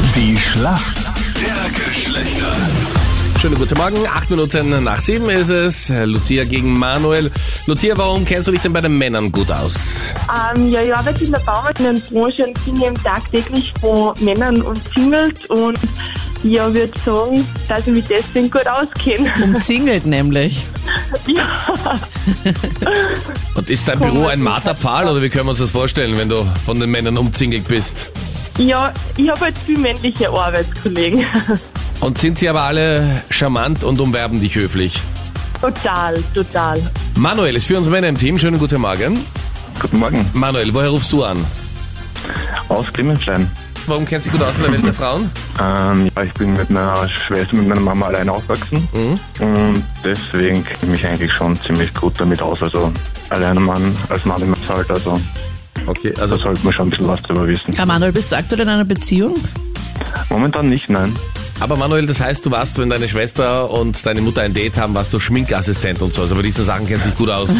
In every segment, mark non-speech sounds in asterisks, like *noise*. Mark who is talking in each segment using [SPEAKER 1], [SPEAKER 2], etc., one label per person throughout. [SPEAKER 1] Die Schlacht der Geschlechter.
[SPEAKER 2] Schönen guten Morgen, acht Minuten nach sieben ist es. Lucia gegen Manuel. Lucia, warum kennst du dich denn bei den Männern gut aus?
[SPEAKER 3] Ähm, ja, ich arbeite in der Baumaschinenbranche und bin eben tagtäglich von Männern umzingelt und ich würde sagen, dass ich mich deswegen gut auskenne. *laughs*
[SPEAKER 4] Umzingelt nämlich.
[SPEAKER 3] ja,
[SPEAKER 2] Und ist dein Büro ein Marterpfahl oder wie können wir uns das vorstellen, wenn du von den Männern umzingelt bist?
[SPEAKER 3] ja, ich habe halt viel männliche Arbeitskollegen. *laughs*
[SPEAKER 2] Und sind sie aber alle charmant und umwerben dich höflich?
[SPEAKER 3] total, total.
[SPEAKER 2] Manuel ist für uns Männer im Team. Schönen guten Morgen.
[SPEAKER 5] Guten Morgen,
[SPEAKER 2] Manuel, woher rufst du an?
[SPEAKER 5] aus Grimmenstein.
[SPEAKER 2] Warum kennst du dich gut aus in der Welt der Frauen?
[SPEAKER 5] Ähm, ja, ich bin mit meiner Schwester, mit meiner Mama allein aufgewachsen und deswegen kenne ich mich eigentlich schon ziemlich gut damit aus. Also alleine Mann, als Mann im halt, also
[SPEAKER 2] Okay,
[SPEAKER 5] da
[SPEAKER 2] also
[SPEAKER 5] sollte man schon ein bisschen was drüber wissen.
[SPEAKER 4] Ah, Manuel, bist du aktuell in einer Beziehung?
[SPEAKER 5] Momentan nicht, nein.
[SPEAKER 2] Aber Manuel, das heißt, du warst, wenn deine Schwester und deine Mutter ein Date haben, warst du Schminkassistent und so. Also bei diesen Sachen kennst du dich gut aus.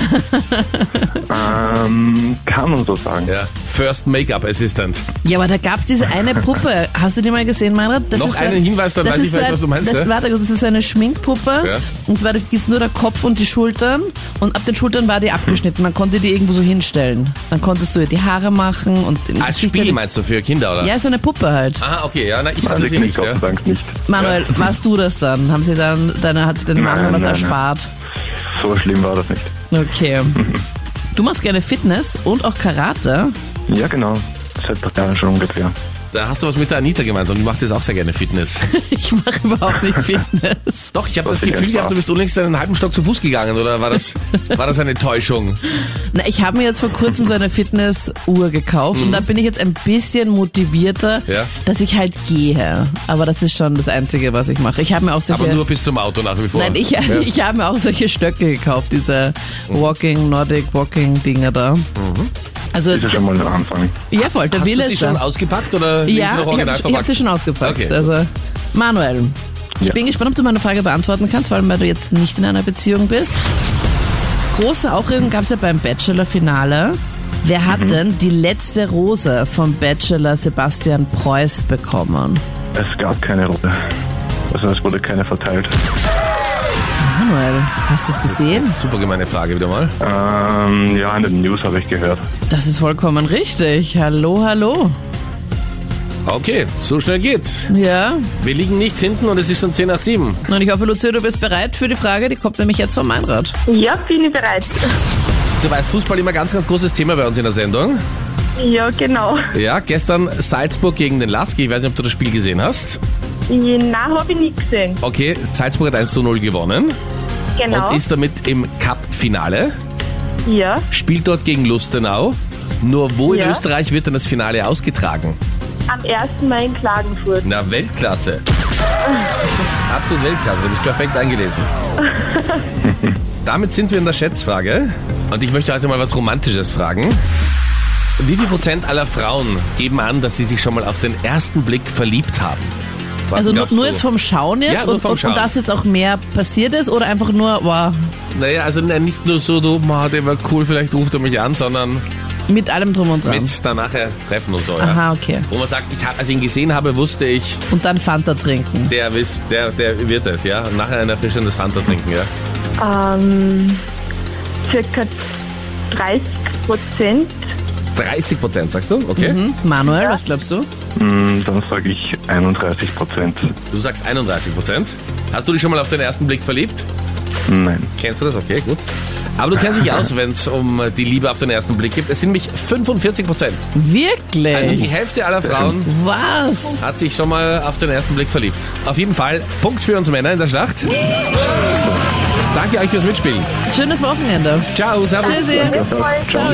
[SPEAKER 5] Ähm, kann man so sagen.
[SPEAKER 2] Ja. First Make-up Assistant.
[SPEAKER 4] Ja, aber da gab's diese eine Puppe. Hast du die mal gesehen, Meinrad? Das
[SPEAKER 2] Noch
[SPEAKER 4] so
[SPEAKER 2] einen Hinweis, dann
[SPEAKER 4] das
[SPEAKER 2] weiß
[SPEAKER 4] ist
[SPEAKER 2] ich
[SPEAKER 4] so
[SPEAKER 2] vielleicht,
[SPEAKER 4] ein-
[SPEAKER 2] was du meinst,
[SPEAKER 4] Das,
[SPEAKER 2] ja?
[SPEAKER 4] warte, das ist so eine Schminkpuppe.
[SPEAKER 2] Ja.
[SPEAKER 4] Und zwar das ist nur der Kopf und die Schultern. Und ab den Schultern war die abgeschnitten. Man konnte die irgendwo so hinstellen. Dann konntest du ihr die Haare machen und im
[SPEAKER 2] Als
[SPEAKER 4] Gesicht-
[SPEAKER 2] Ah, Spiel meinst du für Kinder, oder?
[SPEAKER 4] Ja, so eine Puppe halt.
[SPEAKER 2] Ah, okay, ja, na, ich
[SPEAKER 5] Also
[SPEAKER 2] kannte
[SPEAKER 5] ich
[SPEAKER 2] sie
[SPEAKER 5] nicht,
[SPEAKER 2] nicht.
[SPEAKER 5] Gott sei
[SPEAKER 2] Ja.
[SPEAKER 5] Dank nicht.
[SPEAKER 4] Manuel, warst du das dann? Haben sie dann, deine, hat sie deine Mama
[SPEAKER 5] Nein,
[SPEAKER 4] was
[SPEAKER 5] nein,
[SPEAKER 4] erspart?
[SPEAKER 5] So schlimm war das nicht.
[SPEAKER 2] *laughs*
[SPEAKER 4] Okay. Du machst gerne Fitness und auch Karate.
[SPEAKER 5] Ja, genau. Seit drei Jahren schon ungefähr.
[SPEAKER 2] Da hast du was mit der Anita gemeinsam. Die macht jetzt auch sehr gerne
[SPEAKER 4] *laughs*
[SPEAKER 2] Fitness.
[SPEAKER 4] Ich mache
[SPEAKER 2] *laughs*
[SPEAKER 4] überhaupt nicht Fitness.
[SPEAKER 2] Doch, ich habe das
[SPEAKER 5] Das ist
[SPEAKER 2] Gefühl
[SPEAKER 5] echt
[SPEAKER 2] gehabt, du bist unlängst einen halben Stock zu Fuß gegangen, oder war
[SPEAKER 4] *laughs*
[SPEAKER 2] das, war das eine Täuschung?
[SPEAKER 4] Na, ich habe mir jetzt vor kurzem so eine Fitnessuhr gekauft und da bin ich jetzt ein bisschen motivierter,
[SPEAKER 2] Mhm. Ja.
[SPEAKER 4] dass ich halt gehe. Aber das ist schon das Einzige, was ich mache. Ich habe mir auch solche.
[SPEAKER 2] Aber nur bis zum Auto nach wie vor.
[SPEAKER 4] *laughs* Nein, ich,
[SPEAKER 2] Ja. Mhm.
[SPEAKER 4] ich habe mir auch solche Stöcke gekauft, diese Walking, Nordic Walking Dinger da. Also,
[SPEAKER 5] Das ist schon mal der Anfang.
[SPEAKER 4] ja voll, der
[SPEAKER 2] Hast
[SPEAKER 4] Wille
[SPEAKER 2] du sie
[SPEAKER 4] ist
[SPEAKER 2] schon
[SPEAKER 4] da.
[SPEAKER 2] ausgepackt oder liegen sie
[SPEAKER 4] Ja,
[SPEAKER 2] noch
[SPEAKER 4] ich
[SPEAKER 2] original
[SPEAKER 4] habe hab
[SPEAKER 2] verpackt?
[SPEAKER 4] sie schon ausgepackt.
[SPEAKER 2] Okay.
[SPEAKER 4] Also, Manuel, ich
[SPEAKER 5] Ja.
[SPEAKER 4] bin gespannt, ob du meine Frage beantworten kannst, vor allem weil du jetzt nicht in einer Beziehung bist. Große Aufregung gab es ja beim Bachelor-Finale. Wer
[SPEAKER 2] Mhm.
[SPEAKER 4] hat denn die letzte Rose vom Bachelor Sebastian Preuß bekommen?
[SPEAKER 5] Es gab keine Rolle. Also es wurde keine verteilt.
[SPEAKER 4] Manuel, hast du es gesehen?
[SPEAKER 2] Super gemeine Frage wieder mal.
[SPEAKER 5] Ähm, ja, in den News habe ich gehört.
[SPEAKER 4] Das ist vollkommen richtig. Hallo, hallo.
[SPEAKER 2] Okay, so schnell geht's.
[SPEAKER 4] Ja,
[SPEAKER 2] Wir liegen nicht hinten und es ist schon 10 nach 7.
[SPEAKER 4] und ich hoffe, Lucia, du bist bereit für die Frage. Die kommt nämlich jetzt von Meinrad.
[SPEAKER 3] Ja, bin ich bereit.
[SPEAKER 2] Du weißt, Fußball immer ganz, ganz großes Thema bei uns in der Sendung.
[SPEAKER 3] *laughs* Ja, genau.
[SPEAKER 2] Ja, gestern Salzburg gegen den Lask. Ich weiß nicht, ob du das Spiel gesehen hast.
[SPEAKER 3] Ich, nein, habe ich nicht gesehen.
[SPEAKER 2] Okay, Salzburg hat 1 zu 0 gewonnen
[SPEAKER 3] Genau.
[SPEAKER 2] und ist damit im Cup-Finale.
[SPEAKER 3] ja,
[SPEAKER 2] Spielt dort gegen Lustenau. Nur wo in
[SPEAKER 3] Ja.
[SPEAKER 2] Österreich wird denn das Finale ausgetragen?
[SPEAKER 3] am 1. Mai in Klagenfurt.
[SPEAKER 2] Na, Weltklasse. Absolut Weltklasse, du bist perfekt
[SPEAKER 4] *laughs*
[SPEAKER 2] eingelesen. Damit sind wir in der Schätzfrage. Und ich möchte heute mal was Romantisches fragen. Wie viel Prozent aller Frauen geben an, dass sie sich schon mal auf den ersten Blick verliebt haben? Was
[SPEAKER 4] Also nur,
[SPEAKER 2] glaubst
[SPEAKER 4] nur
[SPEAKER 2] du?
[SPEAKER 4] jetzt vom Schauen jetzt
[SPEAKER 2] Ja, nur
[SPEAKER 4] und,
[SPEAKER 2] vom
[SPEAKER 4] und,
[SPEAKER 2] Schauen.
[SPEAKER 4] und dass jetzt auch mehr passiert ist oder einfach nur, wow,
[SPEAKER 2] Naja, also nein, nicht nur so, du, ma, der war cool, vielleicht ruft er mich an, sondern
[SPEAKER 4] mit allem drum und dran.
[SPEAKER 2] mit danach treffen und so. Ja.
[SPEAKER 4] Aha, okay.
[SPEAKER 2] Wo man sagt, ich, hab- als ich ihn gesehen habe, wusste ich,
[SPEAKER 4] Und dann Fanta trinken.
[SPEAKER 2] der, wiss, der, der wird es, ja. Und nachher ein erfrischendes Fanta trinken, ja.
[SPEAKER 3] Ähm, circa 30 Prozent.
[SPEAKER 2] 30 Prozent, sagst du? Okay.
[SPEAKER 4] Hm? Manuel, was glaubst du?
[SPEAKER 5] Hm, Dann sage ich 31 Prozent.
[SPEAKER 2] Du sagst 31 Prozent. Hast du dich schon mal auf den ersten Blick verliebt?
[SPEAKER 5] Nein.
[SPEAKER 2] Kennst du das? Okay, gut. Aber du kennst dich aus, wenn es um äh, die Liebe auf den ersten Blick geht. Es sind nämlich 45 Prozent.
[SPEAKER 4] Wirklich?
[SPEAKER 2] Also die Hälfte aller
[SPEAKER 4] *laughs*
[SPEAKER 2] Frauen
[SPEAKER 4] was?
[SPEAKER 2] hat sich schon mal auf den ersten Blick verliebt. Auf jeden Fall Punkt für uns Männer in der Schlacht. Danke euch fürs Mitspielen.
[SPEAKER 4] Schönes Wochenende.
[SPEAKER 2] Ciao, servus.
[SPEAKER 4] Tschüssi.
[SPEAKER 5] Ja,
[SPEAKER 3] Voll
[SPEAKER 4] Ciao.